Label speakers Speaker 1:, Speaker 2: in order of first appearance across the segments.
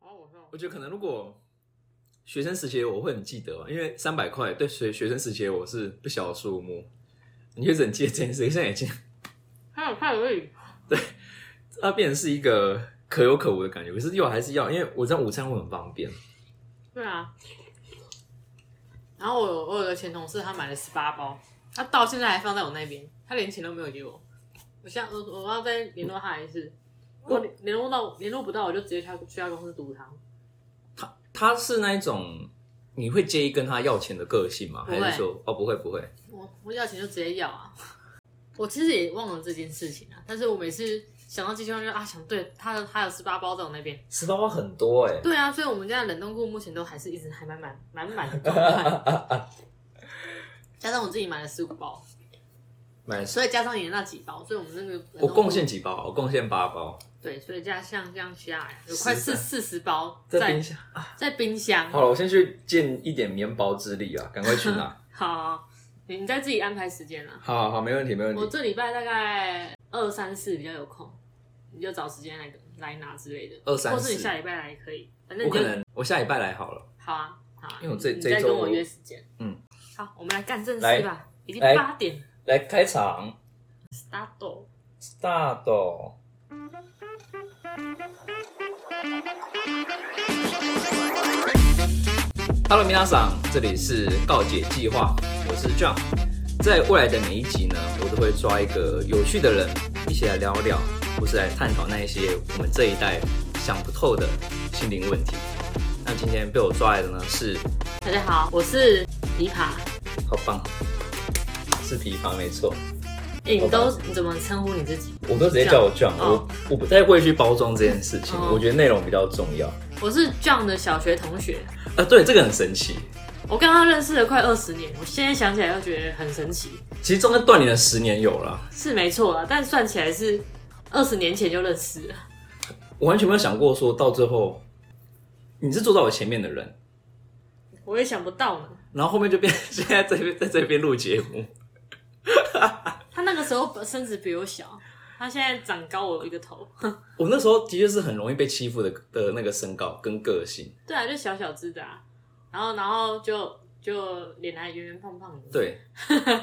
Speaker 1: 哦
Speaker 2: 我觉得可能如果学生时期我会很记得吧，因为三百块对学学生时期我是不小的数目，你会很记得这件事，现在已经
Speaker 1: 还有看而已。
Speaker 2: 它变成是一个可有可无的感觉，可是又还是要，因为我知道午餐会很方便，
Speaker 1: 对啊。然后我有我有个前同事，他买了十八包，他到现在还放在我那边，他连钱都没有给我。我现在我我要再联络他一次，如果联络到联络不到，我就直接去他去他公司堵他。
Speaker 2: 他他是那一种你会介意跟他要钱的个性吗？
Speaker 1: 不会
Speaker 2: 还是说哦不会不会，
Speaker 1: 我我要钱就直接要啊！我其实也忘了这件事情啊，但是我每次想到鸡胸就啊想对他的他有十八包在我那边，
Speaker 2: 十八包很多哎、
Speaker 1: 对啊，所以我们家的冷冻库目前都还是一直还满满满满的状 态，加上我自己买了十五包，
Speaker 2: 买
Speaker 1: 所以加上你的那几包，所以我们那个冷冻库
Speaker 2: 我贡献几包？啊我贡献八包，
Speaker 1: 对，所以加像这样加来有快四
Speaker 2: 十
Speaker 1: 四十包
Speaker 2: 在冰
Speaker 1: 在
Speaker 2: 箱。
Speaker 1: 在冰箱，
Speaker 2: 好了，我先去尽一点绵薄之力啊，赶快去 拿。
Speaker 1: 好，你你再自己安排时间啦。
Speaker 2: 好好好，没问题没问
Speaker 1: 我
Speaker 2: 题。
Speaker 1: 这礼拜大概二三四比较有空，你就找时间来来拿之类的，
Speaker 2: 二三
Speaker 1: 或是你
Speaker 2: 四
Speaker 1: 下礼拜来也可以，反正
Speaker 2: 我
Speaker 1: 你就
Speaker 2: 可能我下礼拜来好了。
Speaker 1: 好啊，好啊，
Speaker 2: 因为我这
Speaker 1: 你
Speaker 2: 这
Speaker 1: 再
Speaker 2: 一周
Speaker 1: 跟我
Speaker 2: 我
Speaker 1: 约时间，
Speaker 2: 嗯，
Speaker 1: 好，我们来干正
Speaker 2: 来
Speaker 1: 事吧，已经
Speaker 2: 来
Speaker 1: 八点
Speaker 2: 来开场
Speaker 1: ，start。
Speaker 2: ，start 哦。Hello，皆さん，这里是告解计划，我是 John。在未来的每一集呢，我都会抓一个有趣的人，一起来聊聊，或是来探讨那一些我们这一代想不透的心灵问题。那今天被我抓来的呢是，
Speaker 1: 大家好，我是琵琶，
Speaker 2: 好棒，是琵琶没错。
Speaker 1: 诶哎你
Speaker 2: 好吧
Speaker 1: 都你怎么称呼你自己？
Speaker 2: 我都直接叫我 John，
Speaker 1: 哦
Speaker 2: 我我不太会去包装这件事情，
Speaker 1: 哦
Speaker 2: 我觉得内容比较重要。
Speaker 1: 我是 John 的小学同学，
Speaker 2: 啊，对，这个很神奇。
Speaker 1: 我跟他认识了快二十年，我现在想起来又觉得很神奇，
Speaker 2: 其实中间断联了十年有了，
Speaker 1: 是没错啦，但算起来是二十年前就认识了。
Speaker 2: 我完全没有想过说到最后，你是坐在我前面的人，
Speaker 1: 我也想不到呢。
Speaker 2: 然后后面就变 现在在这边在这边录节目，
Speaker 1: 他那个时候身子比我小，他现在长高我一个头。
Speaker 2: 我那时候的确是很容易被欺负的的那个身高跟个性。
Speaker 1: 对啊，就小小只的啊，然后然后就就脸还圆圆胖胖的。，
Speaker 2: 对，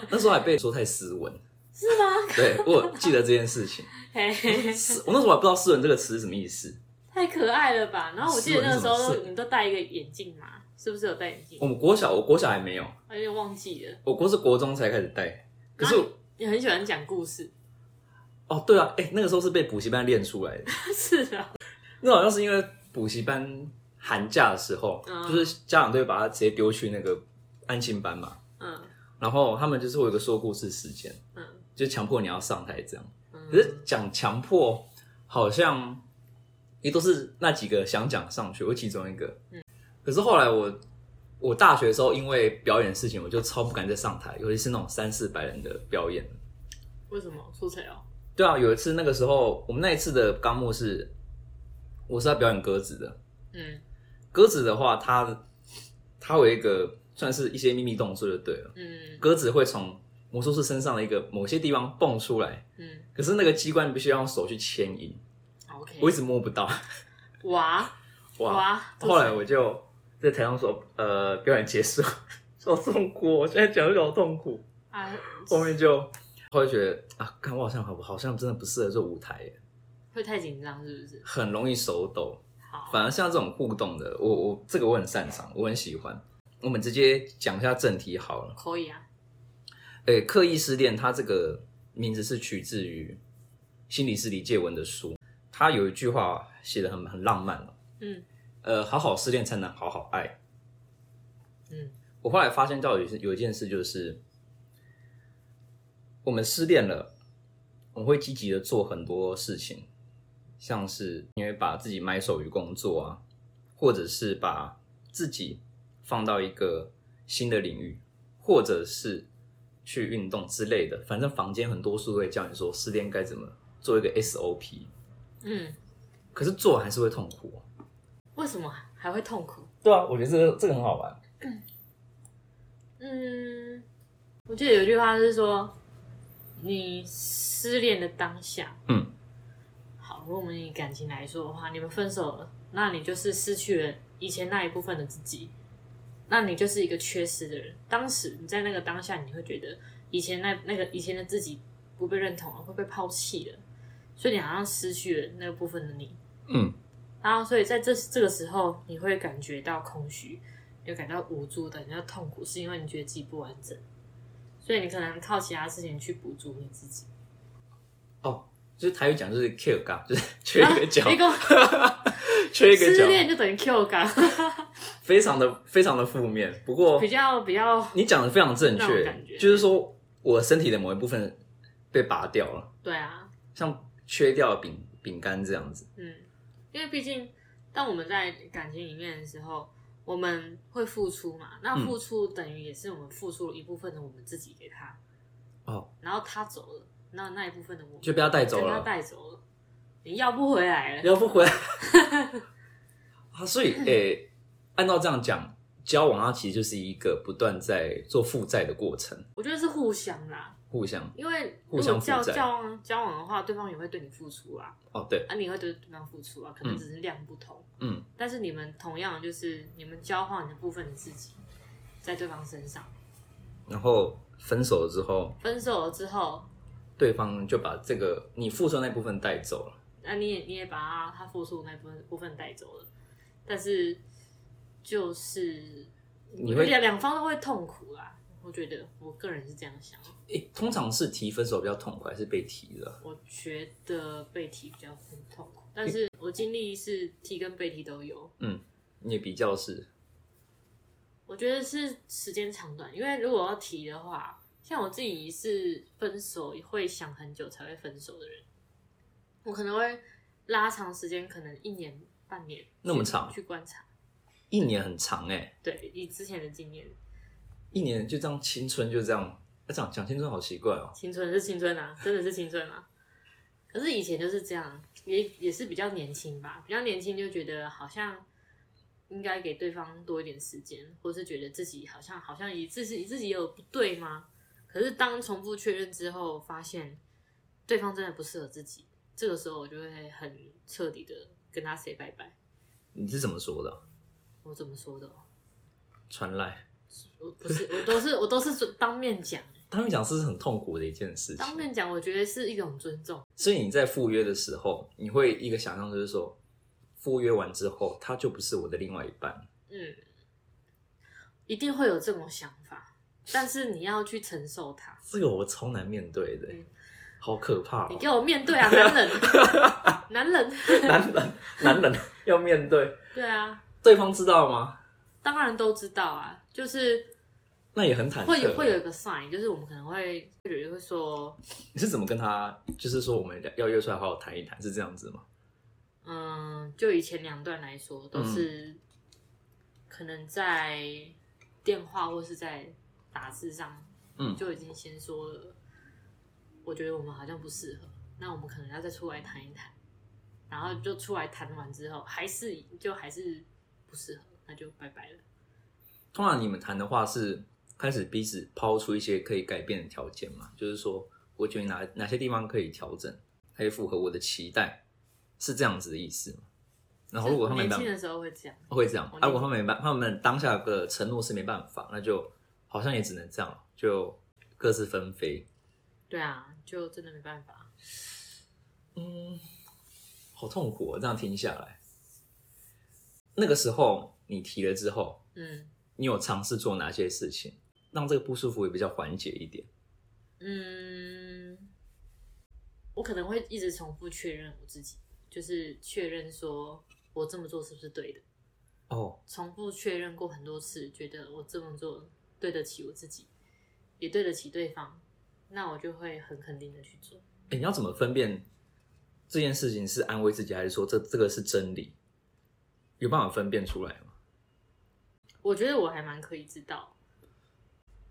Speaker 2: 那时候还被说太斯文。
Speaker 1: 是吗？
Speaker 2: 对我有记得这件事情，
Speaker 1: 嘿嘿嘿
Speaker 2: 斯我那时候还不知道“斯文”这个词是什么意思。
Speaker 1: 太可爱了吧？然后我记得那个时
Speaker 2: 是
Speaker 1: 候
Speaker 2: 是
Speaker 1: 你都戴一个眼镜嘛，是不是有戴眼镜
Speaker 2: 我？们国小，我国小还没有，
Speaker 1: 我有点忘记了。
Speaker 2: 我国是国中才开始戴，可是
Speaker 1: 然
Speaker 2: 我
Speaker 1: 后你很喜欢讲故事，
Speaker 2: 哦，对啊，哎、那个时候是被补习班练出来的，
Speaker 1: 是啊，
Speaker 2: 那好像是因为补习班寒假的时候，
Speaker 1: 嗯
Speaker 2: 就是家长都会把他直接丢去那个安亲班嘛，
Speaker 1: 嗯
Speaker 2: 然后他们就是会有一个说故事时间，
Speaker 1: 嗯
Speaker 2: 就强迫你要上台这样。可
Speaker 1: 嗯，
Speaker 2: 是讲强迫，好像也都是那几个想讲上去，我其中一个。
Speaker 1: 嗯
Speaker 2: 可是后来我我大学的时候，因为表演的事情，我就超不敢再上台，尤其是那种三四百人的表演。
Speaker 1: 为什么出彩哦？
Speaker 2: 对啊，有一次那个时候，我们那一次的纲目是，我是要表演鸽子的。
Speaker 1: 嗯
Speaker 2: 鸽子的话，它它有一个算是一些秘密动作就对了。
Speaker 1: 嗯
Speaker 2: 鸽子会从魔术师身上的一个某些地方蹦出来，
Speaker 1: 嗯
Speaker 2: 可是那个机关必须要用手去牵引，
Speaker 1: ，OK，
Speaker 2: 我一直摸不到。
Speaker 1: 哇
Speaker 2: 哇！
Speaker 1: 哇，
Speaker 2: 后来我就在台上说，呃，表演结束， 好痛苦，我现在讲就好痛苦。
Speaker 1: 啊
Speaker 2: 后面就后来觉得啊，看我好像好好像真的不适合做舞台耶，
Speaker 1: 会太紧张是不是？
Speaker 2: 很容易手抖。
Speaker 1: 好，
Speaker 2: 反而像这种互动的，我我这个我很擅长，我很喜欢。我们直接讲一下正题好了。
Speaker 1: 可以啊，
Speaker 2: 诶，刻意失恋，它这个名字是取自于心理师李介文的书，他有一句话写的很很浪漫哦
Speaker 1: 嗯
Speaker 2: 呃，好好失恋才能好好爱。
Speaker 1: 嗯
Speaker 2: 我后来发现到有一件有一件事就是，我们失恋了，我们会积极的做很多事情，像是你会把自己埋首于工作啊，或者是把自己放到一个新的领域，或者是去运动之类的。反正房间很多书都会教你说失恋该怎么做一个 SOP，
Speaker 1: 嗯，
Speaker 2: 可是做还是会痛苦、啊
Speaker 1: 为什么还会痛苦？
Speaker 2: 对啊，我觉得这个这个很好玩。
Speaker 1: 嗯，我记得有一句话是说，你失恋的当下，
Speaker 2: 嗯，
Speaker 1: 好，如果我们以感情来说的话，你们分手了，那你就是失去了以前那一部分的自己，那你就是一个缺失的人。当时你在那个当下，你会觉得以前那那个以前的自己不被认同了，会被抛弃了，所以你好像失去了那个部分的你。
Speaker 2: 嗯，
Speaker 1: 然后，所以在这这个时候，你会感觉到空虚，你会感到无助的，你要痛苦，是因为你觉得自己不完整，所以你可能靠其他事情去补足你自己。
Speaker 2: 哦，就是台语讲就是 kill 嘎，就是 缺一个角，
Speaker 1: 啊一个
Speaker 2: 缺一个
Speaker 1: 失
Speaker 2: 角，
Speaker 1: 恋就等于 Q 感，
Speaker 2: 非常的非常的负面。不过
Speaker 1: 比较比较
Speaker 2: 你讲的非常正
Speaker 1: 那种
Speaker 2: 确
Speaker 1: 感觉，
Speaker 2: 就是说我身体的某一部分被拔掉了，
Speaker 1: 对啊，
Speaker 2: 像缺掉饼饼干这样子。
Speaker 1: 嗯，因为毕竟当我们在感情里面的时候，我们会付出嘛，那
Speaker 2: 嗯
Speaker 1: 付出等于也是我们付出了一部分的我们自己给他，
Speaker 2: 哦，
Speaker 1: 然后他走了，那那一部分的我们
Speaker 2: 就被他带走
Speaker 1: 被他
Speaker 2: 了，
Speaker 1: 带走了，你要不回来了。
Speaker 2: 要不回来 啊。所以，诶、按照这样讲，交往它其实就是一个不断在做负债的过程，
Speaker 1: 我觉得是互相啦，
Speaker 2: 互相
Speaker 1: 因为
Speaker 2: 互
Speaker 1: 如
Speaker 2: 相
Speaker 1: 果
Speaker 2: 负
Speaker 1: 交
Speaker 2: 债
Speaker 1: 交往交往的话，对方也会对你付出啊，
Speaker 2: 哦，对，
Speaker 1: 啊，你也会对对方付出啊，可
Speaker 2: 嗯
Speaker 1: 能只是量不同，
Speaker 2: 嗯，
Speaker 1: 但是你们同样就是你们交换你的部分的自己在对方身上。
Speaker 2: 然后分手了之后，
Speaker 1: 分手了之后，
Speaker 2: 对方就把这个你付出的那部分带走了，
Speaker 1: 那你也你也把他他付出的那部分部分带走了，但是就是我
Speaker 2: 你
Speaker 1: 觉得
Speaker 2: 会
Speaker 1: 两两方都会痛苦啦。我觉得我个人是这样想，
Speaker 2: 诶、通常是提分手比较痛苦，还是被提的？
Speaker 1: 我觉得被提比较很痛苦，但是我经历是提跟被提都有。
Speaker 2: 嗯，你也比较是，
Speaker 1: 我觉得是时间长短，因为如果要提的话，像我自己是分手会想很久才会分手的人，我可能会拉长时间，可能一年半年
Speaker 2: 那么
Speaker 1: 去
Speaker 2: 长
Speaker 1: 去观察。
Speaker 2: 一年很长诶、
Speaker 1: 对，以之前的经验，
Speaker 2: 一年就这样青春就这样，啊、讲讲青春好奇怪哦，
Speaker 1: 青春是青春啊，真的是青春啊。可是以前就是这样，也也是比较年轻吧，比较年轻就觉得好像应该给对方多一点时间，或是觉得自己好像好像也自己自己也有不对吗？可是当重复确认之后，发现对方真的不适合自己，这个时候我就会很彻底的跟他 say 拜拜。
Speaker 2: 你是怎么说的？
Speaker 1: 我怎么说的哦？
Speaker 2: 传来，
Speaker 1: 我不是，我都是我都是当面讲，
Speaker 2: 他们讲是很痛苦的一件事情。
Speaker 1: 当面讲，我觉得是一种尊重。
Speaker 2: 所以你在赴约的时候，你会一个想象就是说，赴约完之后，他就不是我的另外一半。
Speaker 1: 嗯，一定会有这种想法，但是你要去承受它。
Speaker 2: 这个我超难面对的，
Speaker 1: 嗯
Speaker 2: 好可怕、
Speaker 1: 你
Speaker 2: 哦！
Speaker 1: 给我面对啊，男人，男人，
Speaker 2: 男人，男人要面对，
Speaker 1: 对啊，
Speaker 2: 对方知道吗？
Speaker 1: 当然都知道啊，就是
Speaker 2: 那也很忐忑。欸
Speaker 1: 会有会有一个 sign，就是我们可能会会有人会说，
Speaker 2: 你是怎么跟他，就是说我们要约出来好好谈一谈，是这样子吗？
Speaker 1: 嗯，就以前两段来说，
Speaker 2: 嗯
Speaker 1: 都是可能在电话或是在打字上
Speaker 2: 嗯，
Speaker 1: 就已经先说了，我觉得我们好像不适合，那我们可能要再出来谈一谈，然后就出来谈完之后，还是就还是不适合，那就拜拜了。
Speaker 2: 通常你们谈的话是开始彼此抛出一些可以改变的条件嘛，就是说，我觉得哪哪些地方可以调整，还有符合我的期待，是这样子的意思吗？然后如果他们
Speaker 1: 年
Speaker 2: 没办
Speaker 1: 轻
Speaker 2: 法
Speaker 1: 的时候会这样，
Speaker 2: 会这样，
Speaker 1: 我理解
Speaker 2: 啊，如果他们没办，他们当下的承诺是没办法，那就好像也只能这样，就各自纷飞。
Speaker 1: 对啊，就真的没办法。
Speaker 2: 嗯，好痛苦、哦，这样听下来。那个时候你提了之后，
Speaker 1: 嗯
Speaker 2: 你有尝试做哪些事情，让这个不舒服也比较缓解一点？
Speaker 1: 嗯，我可能会一直重复确认我自己，就是确认说我这么做是不是对的，
Speaker 2: 哦，
Speaker 1: 重复确认过很多次，觉得我这么做对得起我自己，也对得起对方，那我就会很肯定的去做。
Speaker 2: 诶你要怎么分辨这件事情是安慰自己，还是说这这个是真理？有办法分辨出来吗？
Speaker 1: 我觉得我还蛮可以知道。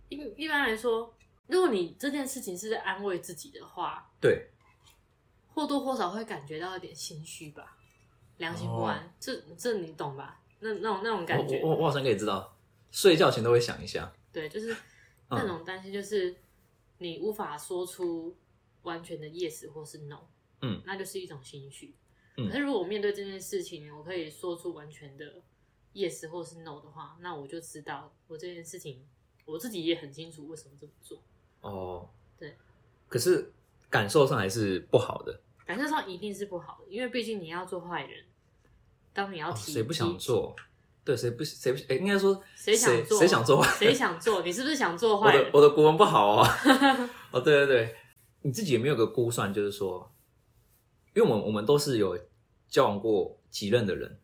Speaker 1: 一一般来说，如果你这件事情是在安慰自己的话，
Speaker 2: 对，
Speaker 1: 或多或少会感觉到一点心虚吧，良心不安。这这你懂吧？那那种那种
Speaker 2: 哦我
Speaker 1: 感觉，
Speaker 2: 我我我好像可以知道，睡觉前都会想一下。
Speaker 1: 对，就是
Speaker 2: 嗯
Speaker 1: 那种担心，就是你无法说出完全的 yes 或是 no，
Speaker 2: 嗯，
Speaker 1: 那就是一种心虚。
Speaker 2: 嗯
Speaker 1: 但是如果面对这件事情，我可以说出完全的 yes 或是 no 的话，那我就知道我这件事情我自己也很清楚为什么这么做。
Speaker 2: 哦，
Speaker 1: 对，
Speaker 2: 可是感受上还是不好的，
Speaker 1: 感受上一定是不好的，因为毕竟你要做坏人，当你要
Speaker 2: 哦
Speaker 1: 提，
Speaker 2: 谁、不想做？对，谁不谁不？哎、应该说
Speaker 1: 谁想做
Speaker 2: 谁想做坏人？
Speaker 1: 谁想做？你是不是想做
Speaker 2: 我
Speaker 1: 坏
Speaker 2: 的
Speaker 1: 人？
Speaker 2: 我的国文不 好哦。哦，对对对，你自己有没有个估算？就是说，因为我们我们都是有交往过几任的人，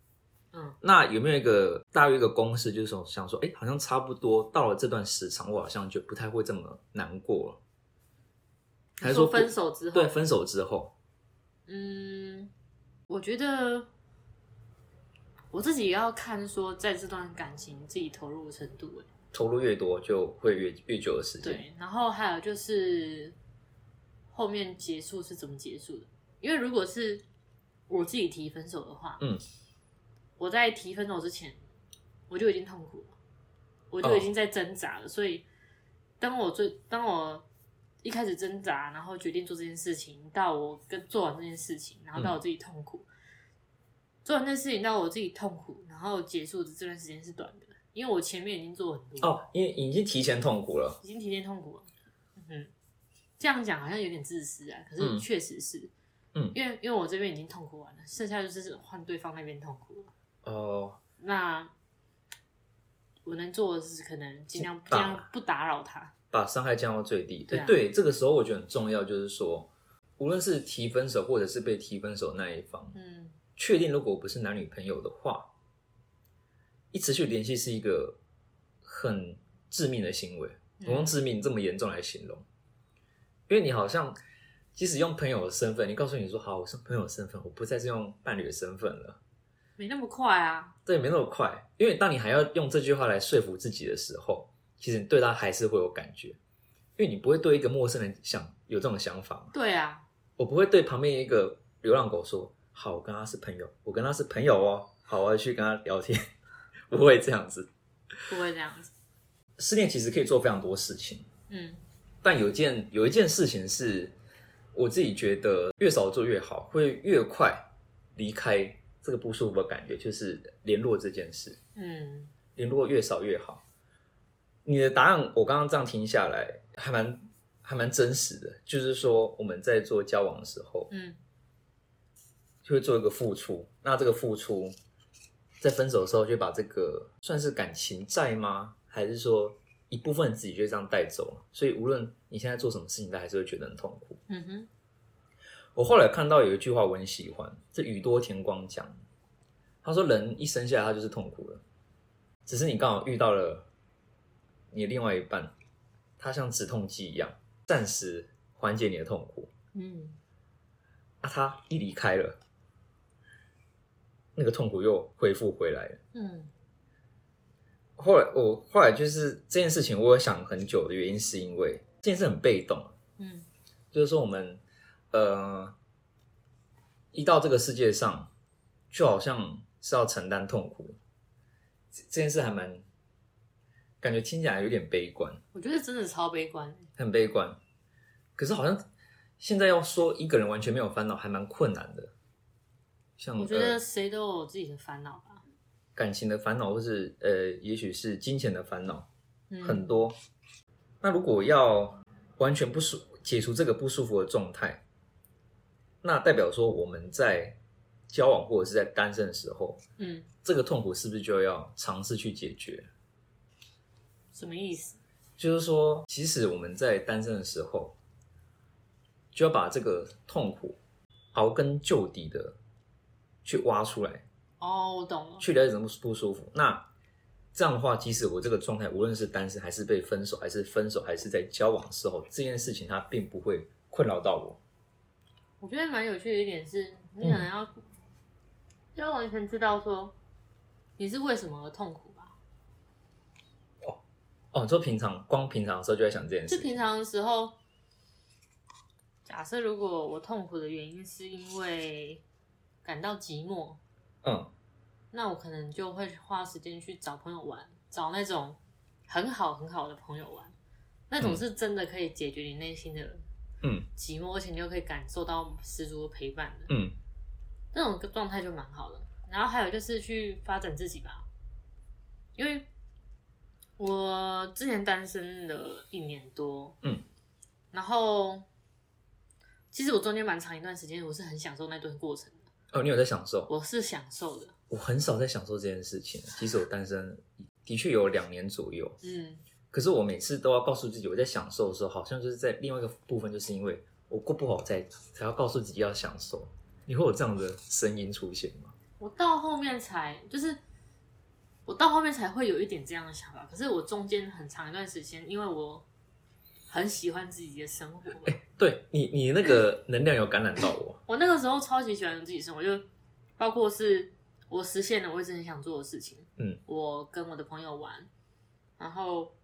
Speaker 1: 嗯，
Speaker 2: 那有没有一个大约一个公式？就是说，想说，哎，好像差不多到了这段时长，我好像就不太会这么难过了。还
Speaker 1: 你
Speaker 2: 是
Speaker 1: 说
Speaker 2: 不
Speaker 1: 分手之后
Speaker 2: 对，，分手之后，
Speaker 1: 嗯，我觉得我自己也要看说，在这段感情自己投入的程度、欸，
Speaker 2: 投入越多就会越越久的时间。
Speaker 1: 对，然后还有就是后面结束是怎么结束的？因为如果是我自己提分手的话，
Speaker 2: 嗯，
Speaker 1: 我在提分手之前，我就已经痛苦了，我
Speaker 2: 哦
Speaker 1: 就已经在挣扎了。所以，当我最当我一开始挣扎，然后决定做这件事情，到我跟做完这件事情，然后
Speaker 2: 嗯
Speaker 1: 到我自己痛苦，做完这件事情到我自己痛苦，然后结束的这段时间是短的，因为我前面已经做很多了
Speaker 2: 哦，因为已经提前痛苦了。
Speaker 1: 已经提前痛苦了。嗯，这样讲好像有点自私啊，可
Speaker 2: 嗯
Speaker 1: 是确实是，
Speaker 2: 嗯
Speaker 1: 因为因为我这边已经痛苦完了，剩下就是换对方那边痛苦了。
Speaker 2: 哦，
Speaker 1: 那我能做的是，可能尽量
Speaker 2: 打
Speaker 1: 尽量不打扰他。
Speaker 2: 把伤害降到最低。
Speaker 1: 对啊
Speaker 2: 诶对，这个时候我觉得很重要，就是说，无论是提分手或者是被提分手那一方，
Speaker 1: 嗯，
Speaker 2: 确定如果不是男女朋友的话，一持续联系是一个很致命的行为。
Speaker 1: 嗯
Speaker 2: 我用致命这么严重来形容，因为你好像即使用朋友的身份，你告诉你说好，我是朋友的身份，我不再是用伴侣的身份了。
Speaker 1: 没那么快啊。
Speaker 2: 对，没那么快，因为当你还要用这句话来说服自己的时候，其实你对他还是会有感觉，因为你不会对一个陌生人想有这种想法嘛。
Speaker 1: 对啊，
Speaker 2: 我不会对旁边一个流浪狗说：“好，我跟他是朋友，我跟他是朋友哦， 好，我要去跟他聊天。” 不会这样子。
Speaker 1: 不会这样子。
Speaker 2: 失恋其实可以做非常多事情，
Speaker 1: 嗯
Speaker 2: 但有一件有一件事情是我自己觉得越少做越好，会越快离开这个不舒服的感觉，就是联络这件事，
Speaker 1: 嗯，
Speaker 2: 联络越少越好。你的答案我刚刚这样听下来，还蛮还蛮真实的，就是说我们在做交往的时候，
Speaker 1: 嗯
Speaker 2: 就会做一个付出。那这个付出，在分手的时候就把这个算是感情债吗？还是说一部分自己就这样带走了？所以无论你现在做什么事情，他还是会觉得很痛苦。
Speaker 1: 嗯哼，
Speaker 2: 我后来看到有一句话我很喜欢，这宇多田光讲的，他说人一生下来他就是痛苦了，只是你刚好遇到了你的另外一半，他像止痛剂一样，暂时缓解你的痛苦。
Speaker 1: 嗯，
Speaker 2: 啊，他一离开了，那个痛苦又恢复回来了。
Speaker 1: 嗯
Speaker 2: 后来我后来就是这件事情，我有想很久的原因是因为这件事很被动，
Speaker 1: 嗯
Speaker 2: 就是说我们呃一到这个世界上，就好像是要承担痛苦，这这件事还蛮感觉听起来有点悲观，
Speaker 1: 我觉得真的超悲观。
Speaker 2: 很悲观。可是好像现在要说一个人完全没有烦恼，还蛮困难的。像
Speaker 1: 我觉得
Speaker 2: 呃
Speaker 1: 谁都有自己的烦恼吧。
Speaker 2: 感情的烦恼，或是呃，也许是金钱的烦恼，
Speaker 1: 嗯
Speaker 2: 很多。那如果要完全不舒解除这个不舒服的状态，那代表说我们在交往或者是在单身的时候，
Speaker 1: 嗯，
Speaker 2: 这个痛苦是不是就要尝试去解决？
Speaker 1: 什么意思？
Speaker 2: 就是说，即使我们在单身的时候，就要把这个痛苦刨根究底的去挖出来，
Speaker 1: 哦，我懂了。
Speaker 2: 去了解怎么不舒服。那这样的话，即使我这个状态，无论是单身还是被分手，还是分手还是在交往的时候，这件事情它并不会困扰到我。
Speaker 1: 我觉得蛮有趣的一点是，
Speaker 2: 嗯
Speaker 1: 你可能要、要完全知道说你是为什么而痛苦吧。
Speaker 2: 哦，你说平常光平常的时候就在想这件
Speaker 1: 就
Speaker 2: 事，
Speaker 1: 平常的时候，假设如果我痛苦的原因是因为感到寂寞，
Speaker 2: 嗯，
Speaker 1: 那我可能就会花时间去找朋友玩，找那种很好很好的朋友玩，那种
Speaker 2: 嗯
Speaker 1: 是真的可以解决你内心的
Speaker 2: 嗯
Speaker 1: 寂寞，而且你又可以感受到十足的陪伴的。
Speaker 2: 嗯，
Speaker 1: 那种状态就蛮好的。然后还有就是去发展自己吧，因为我之前单身了一年多，
Speaker 2: 嗯，
Speaker 1: 然后其实我中间蛮长一段时间我是很享受那段过程的，
Speaker 2: 哦，你有在享受？
Speaker 1: 我是享受的，
Speaker 2: 我很少在享受这件事情，其实我单身的确有两年左右，
Speaker 1: 嗯，
Speaker 2: 可是我每次都要告诉自己我在享受的时候，好像就是在另外一个部分，就是因为我过不好才才要告诉自己要享受。你会有这样的声音出现吗？
Speaker 1: 我到后面才就是我到后面才会有一点这样的想法，可是我中间很长一段时间，因为我很喜欢自己的生活，
Speaker 2: 对你，你那个能量有感染到我。
Speaker 1: 我那个时候超级喜欢自己生活，就包括是我实现了我一直很想做的事情，
Speaker 2: 嗯，
Speaker 1: 我跟我的朋友玩，然后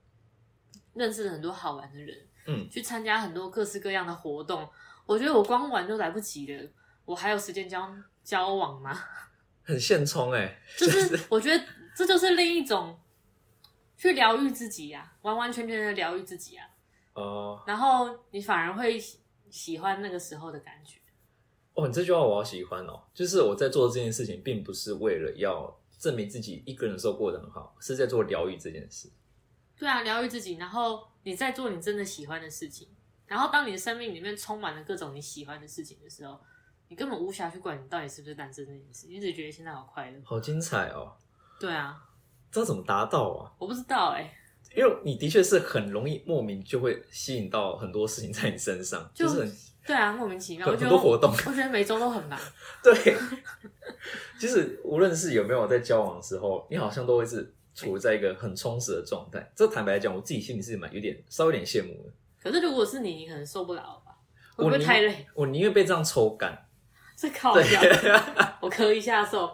Speaker 1: 认识了很多好玩的人，
Speaker 2: 嗯
Speaker 1: 去参加很多各式各样的活动，我觉得我光玩都来不及了，我还有时间交交往吗？
Speaker 2: 很现充哎、
Speaker 1: 就是我觉得这就是另一种去疗愈自己呀、完完全全的疗愈自己啊，
Speaker 2: 哦、
Speaker 1: 然后你反而会喜喜欢那个时候的感觉。
Speaker 2: 哦，你这句话我好喜欢哦，就是我在做这件事情，并不是为了要证明自己一个人的时候过得很好，是在做疗愈这件事。
Speaker 1: 对啊，疗愈自己，然后你在做你真的喜欢的事情，然后当你的生命里面充满了各种你喜欢的事情的时候，你根本无暇去管你到底是不是单身这件事，你只觉得现在好快乐。
Speaker 2: 好精彩哦！
Speaker 1: 对啊，
Speaker 2: 这怎么达到啊？
Speaker 1: 我不知道哎、
Speaker 2: 因为你的确是很容易莫名就会吸引到很多事情在你身上，
Speaker 1: 就
Speaker 2: 就是很
Speaker 1: 对啊，莫名其妙，
Speaker 2: 很
Speaker 1: 我觉得
Speaker 2: 很多活动
Speaker 1: 我觉得每周都很忙。
Speaker 2: 对，就是无论是有没有在交往的时候，你好像都会是处在一个很充实的状态。这坦白讲，我自己心里是蛮有点稍微有点羡慕的。
Speaker 1: 可是如果是你，你可能受不了了吧？会
Speaker 2: 我
Speaker 1: 不会
Speaker 2: 宁
Speaker 1: 太累？
Speaker 2: 我宁愿被这样抽 干。
Speaker 1: 这靠
Speaker 2: 对，
Speaker 1: 腰，我咳一下嗽，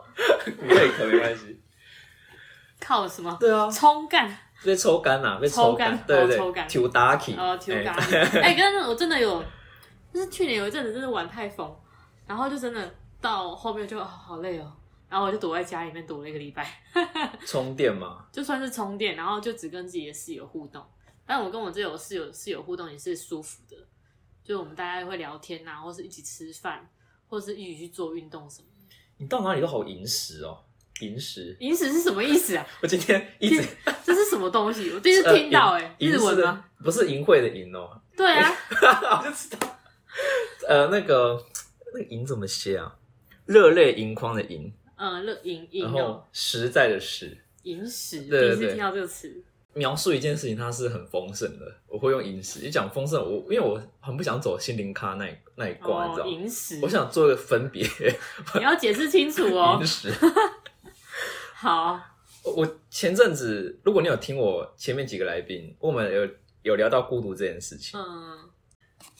Speaker 2: 你可以可没关系。
Speaker 1: 靠什么？
Speaker 2: 对啊，
Speaker 1: 冲干
Speaker 2: 被抽干呐、被
Speaker 1: 抽
Speaker 2: 干，
Speaker 1: 干
Speaker 2: 对
Speaker 1: 哦
Speaker 2: 对
Speaker 1: 抽
Speaker 2: 对，
Speaker 1: 干
Speaker 2: 抽打起，
Speaker 1: 哦，体育
Speaker 2: 哎
Speaker 1: 咖喱。哎、刚刚我真的有，就是去年有一阵子真的玩太疯，然后就真的到后面就、哦好累哦，然后我就躲在家里面躲了一个礼拜，
Speaker 2: 充电嘛，
Speaker 1: 就算是充电，然后就只跟自己的室友互动。但我跟我这有室友室友互动也是舒服的，就我们大家会聊天呐、或是一起吃饭，或是一起去做运动什么的。
Speaker 2: 你到哪里都好饮食哦，饮食。
Speaker 1: 饮食是什么意思啊？
Speaker 2: 我今天一直呃
Speaker 1: 这是什么东西？我第一次听到、哎、
Speaker 2: 银
Speaker 1: 日文吗？？
Speaker 2: 银是不是淫秽的淫哦，
Speaker 1: 对啊，
Speaker 2: 我就知道。呃，那个那个银怎么写啊？热泪盈眶的盈，
Speaker 1: 嗯，乐饮饮
Speaker 2: 然
Speaker 1: 哦
Speaker 2: 后，实在的实。
Speaker 1: 饮食，第
Speaker 2: 对
Speaker 1: 一
Speaker 2: 对
Speaker 1: 次
Speaker 2: 对
Speaker 1: 听到这个词。
Speaker 2: 描述一件事情，它是很丰盛的。我会用饮食，一讲丰盛，我因为我很不想走心灵咖那一那一挂，你知
Speaker 1: 哦，
Speaker 2: 道吗？
Speaker 1: 饮食，
Speaker 2: 我想做一个分别，
Speaker 1: 你要解释清楚哦
Speaker 2: 饮。食。
Speaker 1: 好，
Speaker 2: 我我前阵子，如果你有听我前面几个来宾，我们有有聊到孤独这件事情，
Speaker 1: 嗯，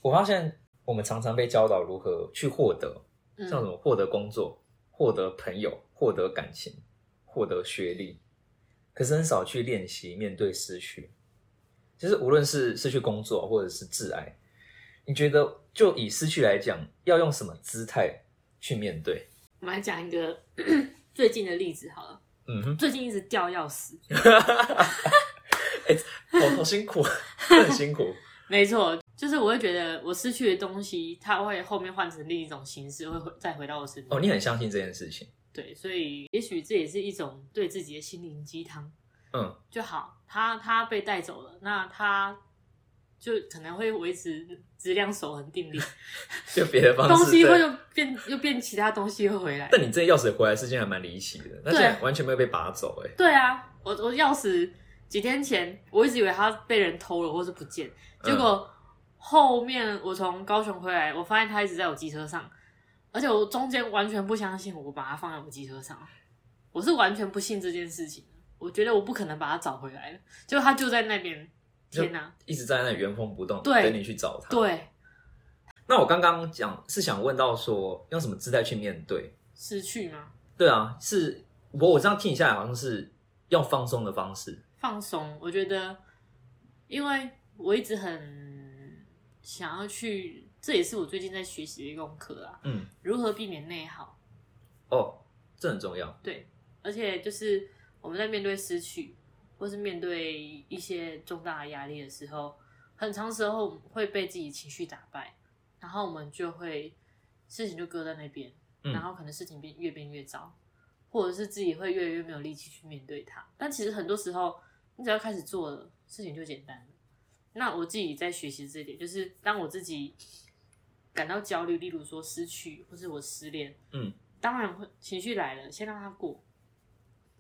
Speaker 2: 我发现我们常常被教导如何去获得，
Speaker 1: 嗯
Speaker 2: 像什么获得工作、获得朋友、获得感情、获得学历，可是很少去练习面对失去。其实无论是失去工作或者是挚爱，你觉得就以失去来讲，要用什么姿态去面对？
Speaker 1: 我们来讲一个 最近的例子好了。
Speaker 2: 嗯哼，
Speaker 1: 最近一直掉钥匙，
Speaker 2: 好好辛苦，很辛苦。
Speaker 1: 没错，就是我会觉得我失去的东西，它会后面换成另一种形式，会回再回到我身边。
Speaker 2: 哦，你很相信这件事情。
Speaker 1: 对，所以也许这也是一种对自己的心灵鸡汤。
Speaker 2: 嗯，
Speaker 1: 就好，他他被带走了，那他就可能会维持质量守恒定律，
Speaker 2: 就别 的方式。
Speaker 1: 东西会
Speaker 2: 对
Speaker 1: 又变又变其他东西会回来。
Speaker 2: 但你这钥匙回来事件还蛮离奇的，那
Speaker 1: 对
Speaker 2: 竟然完全没有被拔走、欸，哎，
Speaker 1: 对啊，我我钥匙几天前我一直以为它被人偷了或是不见，
Speaker 2: 嗯
Speaker 1: 结果后面我从高雄回来，我发现它一直在我机车上，而且我中间完全不相信我把它放在我机车上，我是完全不信这件事情的，我觉得我不可能把它找回来的，结果它就在那边，
Speaker 2: 就
Speaker 1: 天哪、
Speaker 2: 一直在那里原封不动，
Speaker 1: 对
Speaker 2: 等你去找他。
Speaker 1: 对，
Speaker 2: 那我刚刚讲是想问到说，用什么姿态去面对？
Speaker 1: 失去吗？
Speaker 2: 对啊，是我我这样听你下来，好像是用放松的方式。
Speaker 1: 放松，我觉得，因为我一直很想要去，这也是我最近在学习的一个功课啊，
Speaker 2: 嗯，
Speaker 1: 如何避免内耗。
Speaker 2: 哦，这很重要。
Speaker 1: 对，而且就是我们在面对失去，或是面对一些重大的压力的时候，很长时候会被自己情绪打败，然后我们就会事情就搁在那边，
Speaker 2: 嗯
Speaker 1: 然后可能事情变越变越糟，或者是自己会越来越没有力气去面对它。但其实很多时候，你只要开始做了，事情就简单了。那我自己在学习这一点，就是当我自己感到焦虑，例如说失去或是我失恋，
Speaker 2: 嗯，
Speaker 1: 当然会情绪来了，先让它过，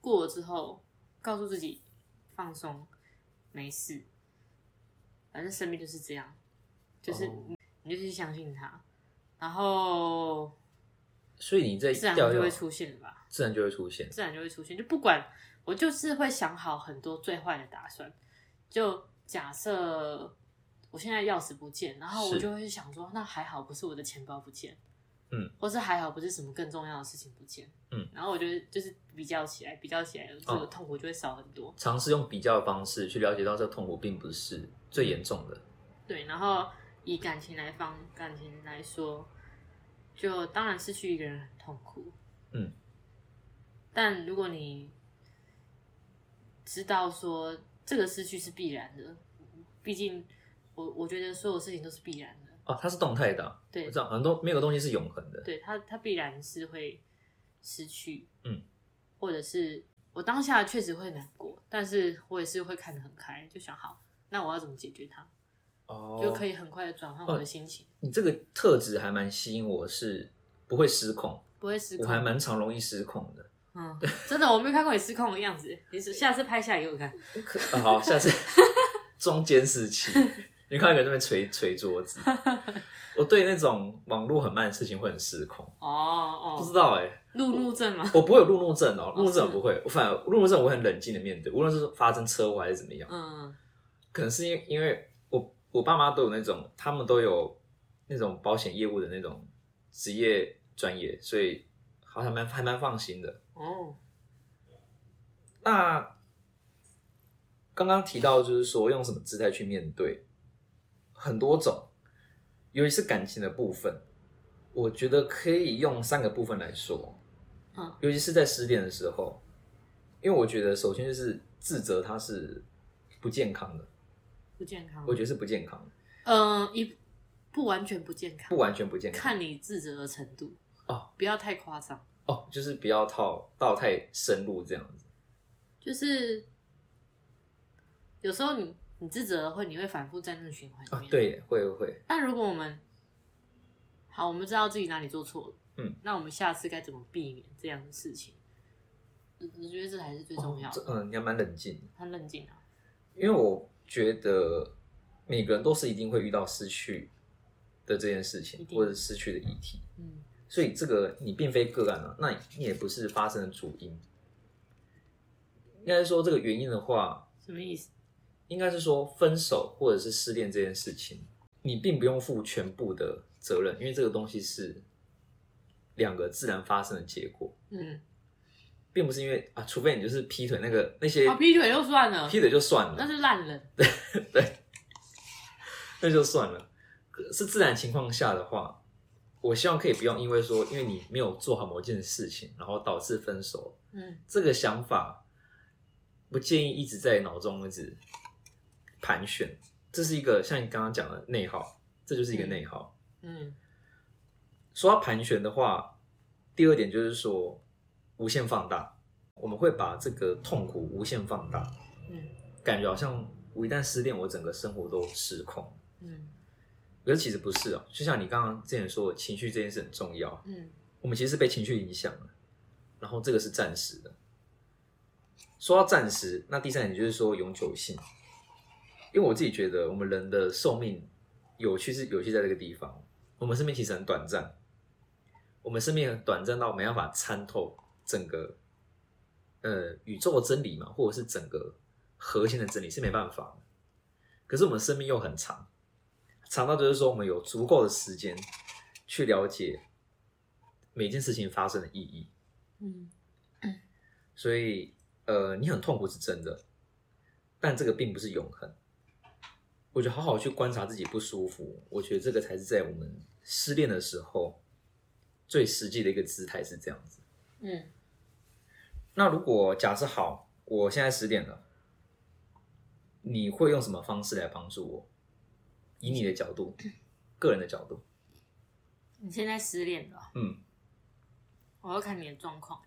Speaker 1: 过了之后，告诉自己放松，没事，反正生命就是这样，就是
Speaker 2: 哦
Speaker 1: 你你就去相信它，然后
Speaker 2: 所以你在
Speaker 1: 自然
Speaker 2: 掉
Speaker 1: 就
Speaker 2: 下
Speaker 1: 会
Speaker 2: 来
Speaker 1: 出现了吧。
Speaker 2: 自然就会出现。
Speaker 1: 自然就会出现。就不管我就是会想好很多最坏的打算。就假设我现在钥匙不见，然后我
Speaker 2: 是
Speaker 1: 就会想说，那还好不是我的钱包不见，
Speaker 2: 嗯，
Speaker 1: 或是还好不是什么更重要的事情不见，
Speaker 2: 嗯。
Speaker 1: 然后我觉得就是比较起来，比较起来，这个
Speaker 2: 哦
Speaker 1: 痛苦就会少很多。
Speaker 2: 尝试用比较的方式去了解到这个痛苦并不是最严重的。
Speaker 1: 对，然后以感情来方感情来说，就当然失去一个人很痛苦，
Speaker 2: 嗯，
Speaker 1: 但如果你知道说这个失去是必然的，毕竟我我觉得所有事情都是必然的，
Speaker 2: 哦，它是动态的啊、
Speaker 1: 对
Speaker 2: 我知道很多没有个东西是永恒的。
Speaker 1: 对他，他必然是会失去，
Speaker 2: 嗯，
Speaker 1: 或者是我当下确实会难过，但是我也是会看得很开，就想好，那我要怎么解决它，
Speaker 2: 哦，
Speaker 1: 就可以很快的转换我的心情，
Speaker 2: 你这个特质还蛮吸引我，是不会失控，
Speaker 1: 不会失
Speaker 2: 我
Speaker 1: 控。
Speaker 2: 还蛮常容易失控的。
Speaker 1: 嗯，真的，我没有看过你失控的样子。你是下次拍下来给我看。
Speaker 2: 可啊好，下 次中监视器，你看一个这边捶捶桌子。我对那种网络很慢的事情会很失控，
Speaker 1: 哦
Speaker 2: 不知
Speaker 1: 哦，
Speaker 2: 道哎、
Speaker 1: 路怒症吗？
Speaker 2: 我不会有路怒症哦，路怒症
Speaker 1: 是
Speaker 2: 不会，我反而路怒症我会很冷静的面对，无论是发生车祸还是怎么样。
Speaker 1: 嗯，
Speaker 2: 可能是因为因为我我爸妈都有那种，他们都有那种保险业务的那种职业专业，所以好像蛮还蛮放心的。
Speaker 1: 哦，
Speaker 2: 那刚刚提到就是说用什么姿态去面对，很多种，尤其是感情的部分，我觉得可以用三个部分来说。
Speaker 1: 嗯，
Speaker 2: 尤其是在失恋的时候，因为我觉得首先就是自责，它是不健康的，
Speaker 1: 不健康
Speaker 2: 我。觉得是不健康的。
Speaker 1: 嗯，一不完全不健康
Speaker 2: 不，完全不健康。
Speaker 1: 看你自责的程度
Speaker 2: 哦，
Speaker 1: 不要太夸张。
Speaker 2: 哦，就是不要套到太深入这样子。
Speaker 1: 就是有时候你你自责会，你会反复在那个循环里
Speaker 2: 啊
Speaker 1: 面。。
Speaker 2: 对，会会，
Speaker 1: 那如果我们好，我们知道自己哪里做错了，
Speaker 2: 嗯，
Speaker 1: 那我们下次该怎么避免这样的事情？我我觉得这才是最重要
Speaker 2: 这
Speaker 1: 的，
Speaker 2: 嗯，你还蛮冷静的，
Speaker 1: 很冷静啊。
Speaker 2: 因为我觉得每个人都是一定会遇到失去的这件事
Speaker 1: 一
Speaker 2: 情，
Speaker 1: 定
Speaker 2: 或者失去的议题，
Speaker 1: 嗯。
Speaker 2: 所以这个你并非个案啊，那你也不是发生的主因。应该说这个原因的话，
Speaker 1: 什么意思？
Speaker 2: 应该是说分手或者是失恋这件事情，你并不用负全部的责任，因为这个东西是两个自然发生的结果。
Speaker 1: 嗯，
Speaker 2: 并不是因为啊，除非你就是劈腿那个那些、
Speaker 1: 啊，劈腿就算了，
Speaker 2: 劈腿就算
Speaker 1: 那
Speaker 2: 了，
Speaker 1: 是烂人。
Speaker 2: 那就算了。可是自然情况下的话，我希望可以不用因为说因为你没有做好某件事情，然后导致分手，
Speaker 1: 嗯，
Speaker 2: 这个想法不建议一直在脑中一直盘旋。这是一个像你刚刚讲的内耗，这就是一个内耗。
Speaker 1: 嗯
Speaker 2: 说到盘旋的话，第二点就是说无限放大，我们会把这个痛苦无限放大。
Speaker 1: 嗯
Speaker 2: 感觉好像我一旦失恋，我整个生活都失控。
Speaker 1: 嗯
Speaker 2: 可是其实不是哦，就像你刚刚之前说，情绪这件事很重要。
Speaker 1: 嗯，
Speaker 2: 我们其实是被情绪影响了，然后这个是暂时的。说到暂时，那第三点就是说永久性，因为我自己觉得我们人的寿命有趣是有趣在这个地方，我们生命其实很短暂，我们生命很短暂到没办法参透整个呃宇宙的真理嘛，或者是整个核心的真理是没办法的。可是我们生命又很长，长到就是说我们有足够的时间去了解每件事情发生的意义。
Speaker 1: 嗯
Speaker 2: 所以呃，你很痛苦是真的，但这个并不是永恒。我觉得好好去观察自己不舒服，我觉得这个才是在我们失恋的时候最实际的一个姿态是这样子。
Speaker 1: 嗯，
Speaker 2: 那如果假设好，我现在十点了，你会用什么方式来帮助我？以
Speaker 1: 嗯
Speaker 2: 你的角度，个人的角度，
Speaker 1: 你现在失恋了，
Speaker 2: 嗯，
Speaker 1: 我要看你的状况，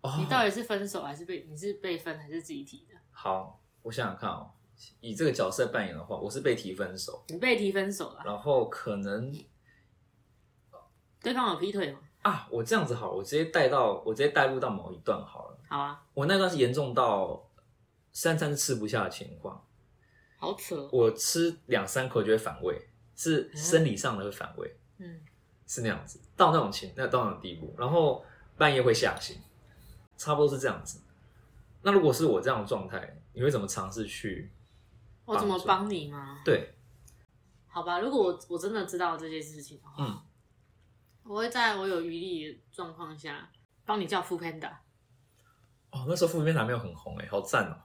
Speaker 2: 哦
Speaker 1: 你到底是分手还是被你是被分还是自己提的？
Speaker 2: 好，我想想看哦，以这个角色扮演的话，我是被提分手，
Speaker 1: 你被提分手了，
Speaker 2: 然后可能
Speaker 1: 对方有劈腿吗？
Speaker 2: 啊，我这样子好，我直接带到我直接带入到某一段好了。
Speaker 1: 好啊，
Speaker 2: 我那段是严重到三餐吃不下的情况，
Speaker 1: 好扯哦，
Speaker 2: 我吃两三口就会反胃，是生理上的会反胃，
Speaker 1: 嗯，
Speaker 2: 是那样子，到那种情那到那种地步，然后半夜会下行，差不多是这样子。那如果是我这样的状态，你会怎么尝试去
Speaker 1: 我怎么
Speaker 2: 帮助
Speaker 1: 帮你吗？
Speaker 2: 对？
Speaker 1: 好吧，如果我我真的知道这件事情的话，
Speaker 2: 嗯
Speaker 1: 我会在我有余力的状况下帮你叫 f o o Panda。
Speaker 2: 哦，那时候副片还没有很红哎、好赞哦、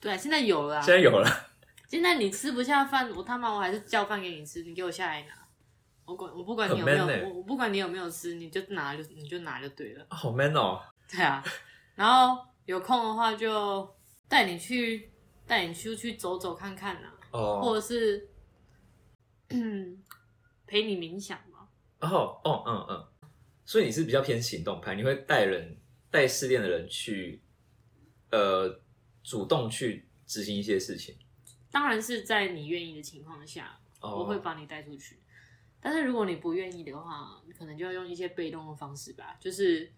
Speaker 1: 对，现在有了啊。
Speaker 2: 现在有了。
Speaker 1: 现在你吃不下饭，我他妈我还是叫饭给你吃，你给我下来拿。我管我不管你有没有，
Speaker 2: 很 man 欸
Speaker 1: 我我不管你有没有吃，你就拿就你就拿就对了。
Speaker 2: 好 man 哦！
Speaker 1: 对啊，然后有空的话就带你去带你出去走走看看啊，或
Speaker 2: 哦
Speaker 1: 者是 嗯陪你冥想吧。
Speaker 2: 哦哦嗯嗯，所以你是比较偏行动派，你会带人带失恋的人去，呃，主动去执行一些事情。
Speaker 1: 当然是在你愿意的情况下，
Speaker 2: 哦，
Speaker 1: 我会把你带出去。但是如果你不愿意的话，可能就要用一些被动的方式吧，就是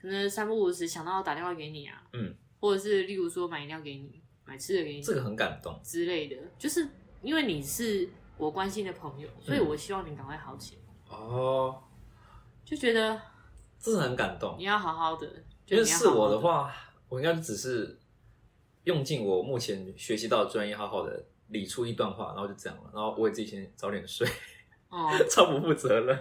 Speaker 1: 可能三不五时想到打电话给你啊，
Speaker 2: 嗯，
Speaker 1: 或者是例如说买饮料给你、买吃的给你
Speaker 2: 这个很感动。
Speaker 1: 之类的，就是因为你是我关心的朋友，所以
Speaker 2: 嗯
Speaker 1: 我希望你赶快好起来，
Speaker 2: 哦，
Speaker 1: 就觉得
Speaker 2: 这是很感动
Speaker 1: 你。要好好的。就
Speaker 2: 因为
Speaker 1: 你要
Speaker 2: 是
Speaker 1: 好好
Speaker 2: 我的
Speaker 1: 的，
Speaker 2: 话，我应该只是用尽我目前学习到的专业，好好的理出一段话，然后就这样了。然后我也自己先早点睡，
Speaker 1: 哦，
Speaker 2: 超不负责任。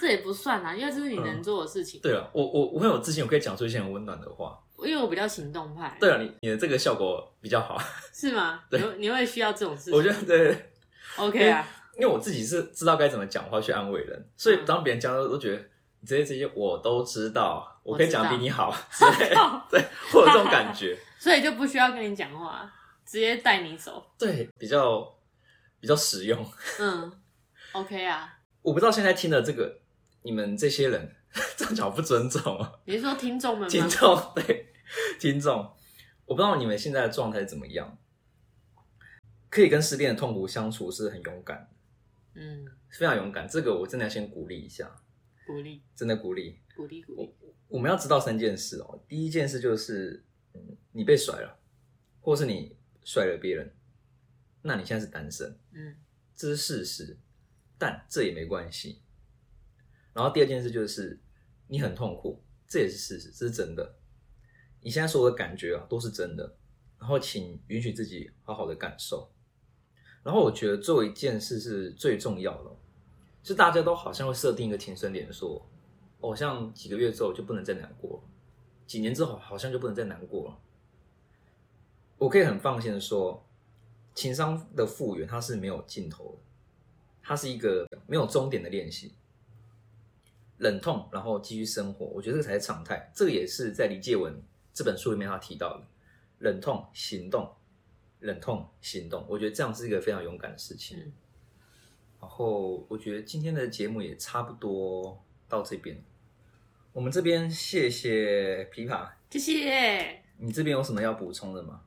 Speaker 1: 这也不算啦，因为这是你能做的事情。
Speaker 2: 嗯对了，我我我很有自信，我可以讲出一些很温暖的话。
Speaker 1: 因为我比较行动派，
Speaker 2: 对了，你你的这个效果比较好，
Speaker 1: 是吗？你
Speaker 2: 对
Speaker 1: 会你会需要这种事情？
Speaker 2: 我觉得对。
Speaker 1: OK 啊，
Speaker 2: 因为我自己是知道该怎么讲话去安慰人，所以当别人讲的时候都觉得你这些这些我都知道，我可以讲得比你好之 类
Speaker 1: 嗯
Speaker 2: 的， 对，会有这种感觉，
Speaker 1: 所以就不需要跟你讲话，直接带你走。
Speaker 2: 对，比较比较实用。
Speaker 1: 嗯，OK 啊。
Speaker 2: 我不知道现在听的这个你们这些人 这样讲不尊重啊，
Speaker 1: 你是说听众们
Speaker 2: 听
Speaker 1: 吗？
Speaker 2: 众对听众，我不知道你们现在的状态怎么样，可以跟失恋的痛苦相处是很勇敢，
Speaker 1: 嗯，
Speaker 2: 非常勇敢，这个我真的要先鼓励一下，
Speaker 1: 鼓励，
Speaker 2: 真的鼓励。
Speaker 1: 鼓励，鼓励。
Speaker 2: 我们要知道三件事哦。第一件事就是，嗯，你被甩了，或是你甩了别人，那你现在是单身，
Speaker 1: 嗯，
Speaker 2: 这是事实，但这也没关系。然后第二件事就是，你很痛苦，这也是事实，这是真的。你现在所有的感觉啊，都是真的。然后请允许自己好好的感受。然后我觉得做一件事是最重要的，是大家都好像会设定一个停损点说，哦，像几个月之后就不能再难过了，几年之后好像就不能再难过了。我可以很放心的说，情商的复原它是没有尽头的，它是一个没有终点的练习。忍痛，然后继续生活，我觉得这个才是常态。这个也是在李介文这本书里面他提到的，忍痛行动，忍痛行动。我觉得这样是一个非常勇敢的事情。
Speaker 1: 嗯
Speaker 2: 然后我觉得今天的节目也差不多到这边，我们这边谢谢琵琶，
Speaker 1: 谢谢。
Speaker 2: 你这边有什么要补充的吗？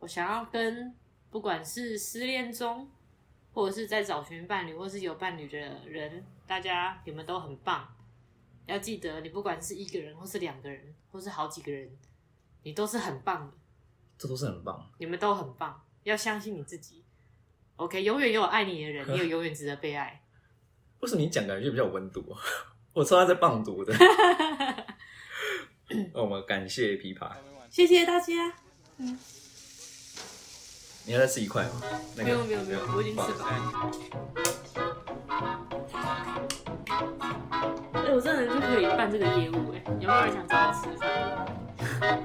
Speaker 1: 我想要跟不管是失恋中，或者是在找寻伴侣，或是有伴侣的人，大家你们都很棒。要记得，你不管是一个人，或是两个人，或是好几个人，你都是很棒的，
Speaker 2: 这都是很棒。
Speaker 1: 你们都很棒。要相信你自己。OK，永远有爱你的人，你也永远值得被爱。
Speaker 2: 为什么你讲感觉比较有温度 啊？我超爱在棒 读的。哦那我们感谢琵琶，
Speaker 1: 谢谢大家。
Speaker 2: 你要再吃一块吗？那个
Speaker 1: 没有没有没有，我已经吃饱
Speaker 2: 棒
Speaker 1: 了。哎、我真的就可以办这个业务哎、有没有人想找我吃饭？
Speaker 2: 哎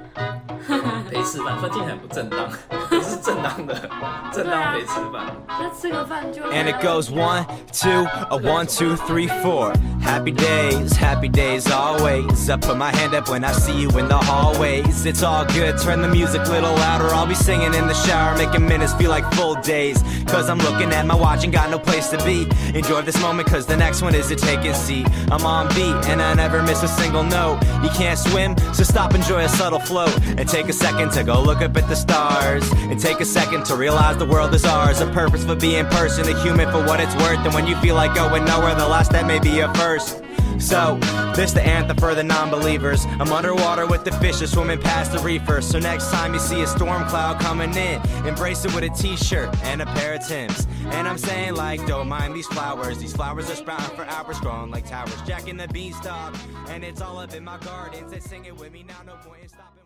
Speaker 2: 陪吃饭，算听起来不正当。 可是正当的，
Speaker 1: 啊
Speaker 2: 正当得吃饭。
Speaker 1: 那吃个饭就
Speaker 3: And it goes one, two, a one, two, three, four. Happy days, happy days always. I put my hand up when I see you in the hallways. It's all good, turn the music a little louder. I'll be singing in the shower, making minutes feel like full days. Cause I'm looking at my watch and got no place to be. Enjoy this moment, cause the next one is a taken seat. I'm on beat and I never miss a single note. You can't swim, so stop, enjoy a subtle float. And take a second to go look up at the stars. And take a second to realize the world is ours. A purpose for being person, a human for what it's worth. And when you feel like going nowhere, the last step may be a first. So, this the anthem for the non-believers. I'm underwater with the fishes swimming past the reefer. So next time you see a storm cloud coming in, embrace it with a t-shirt and a pair of Tims. And I'm saying like, don't mind these flowers. These flowers are sprouting for hours, growing like towers. Jack and the beanstalk, and it's all up in my gardens. They sing it with me now, no point in stopping.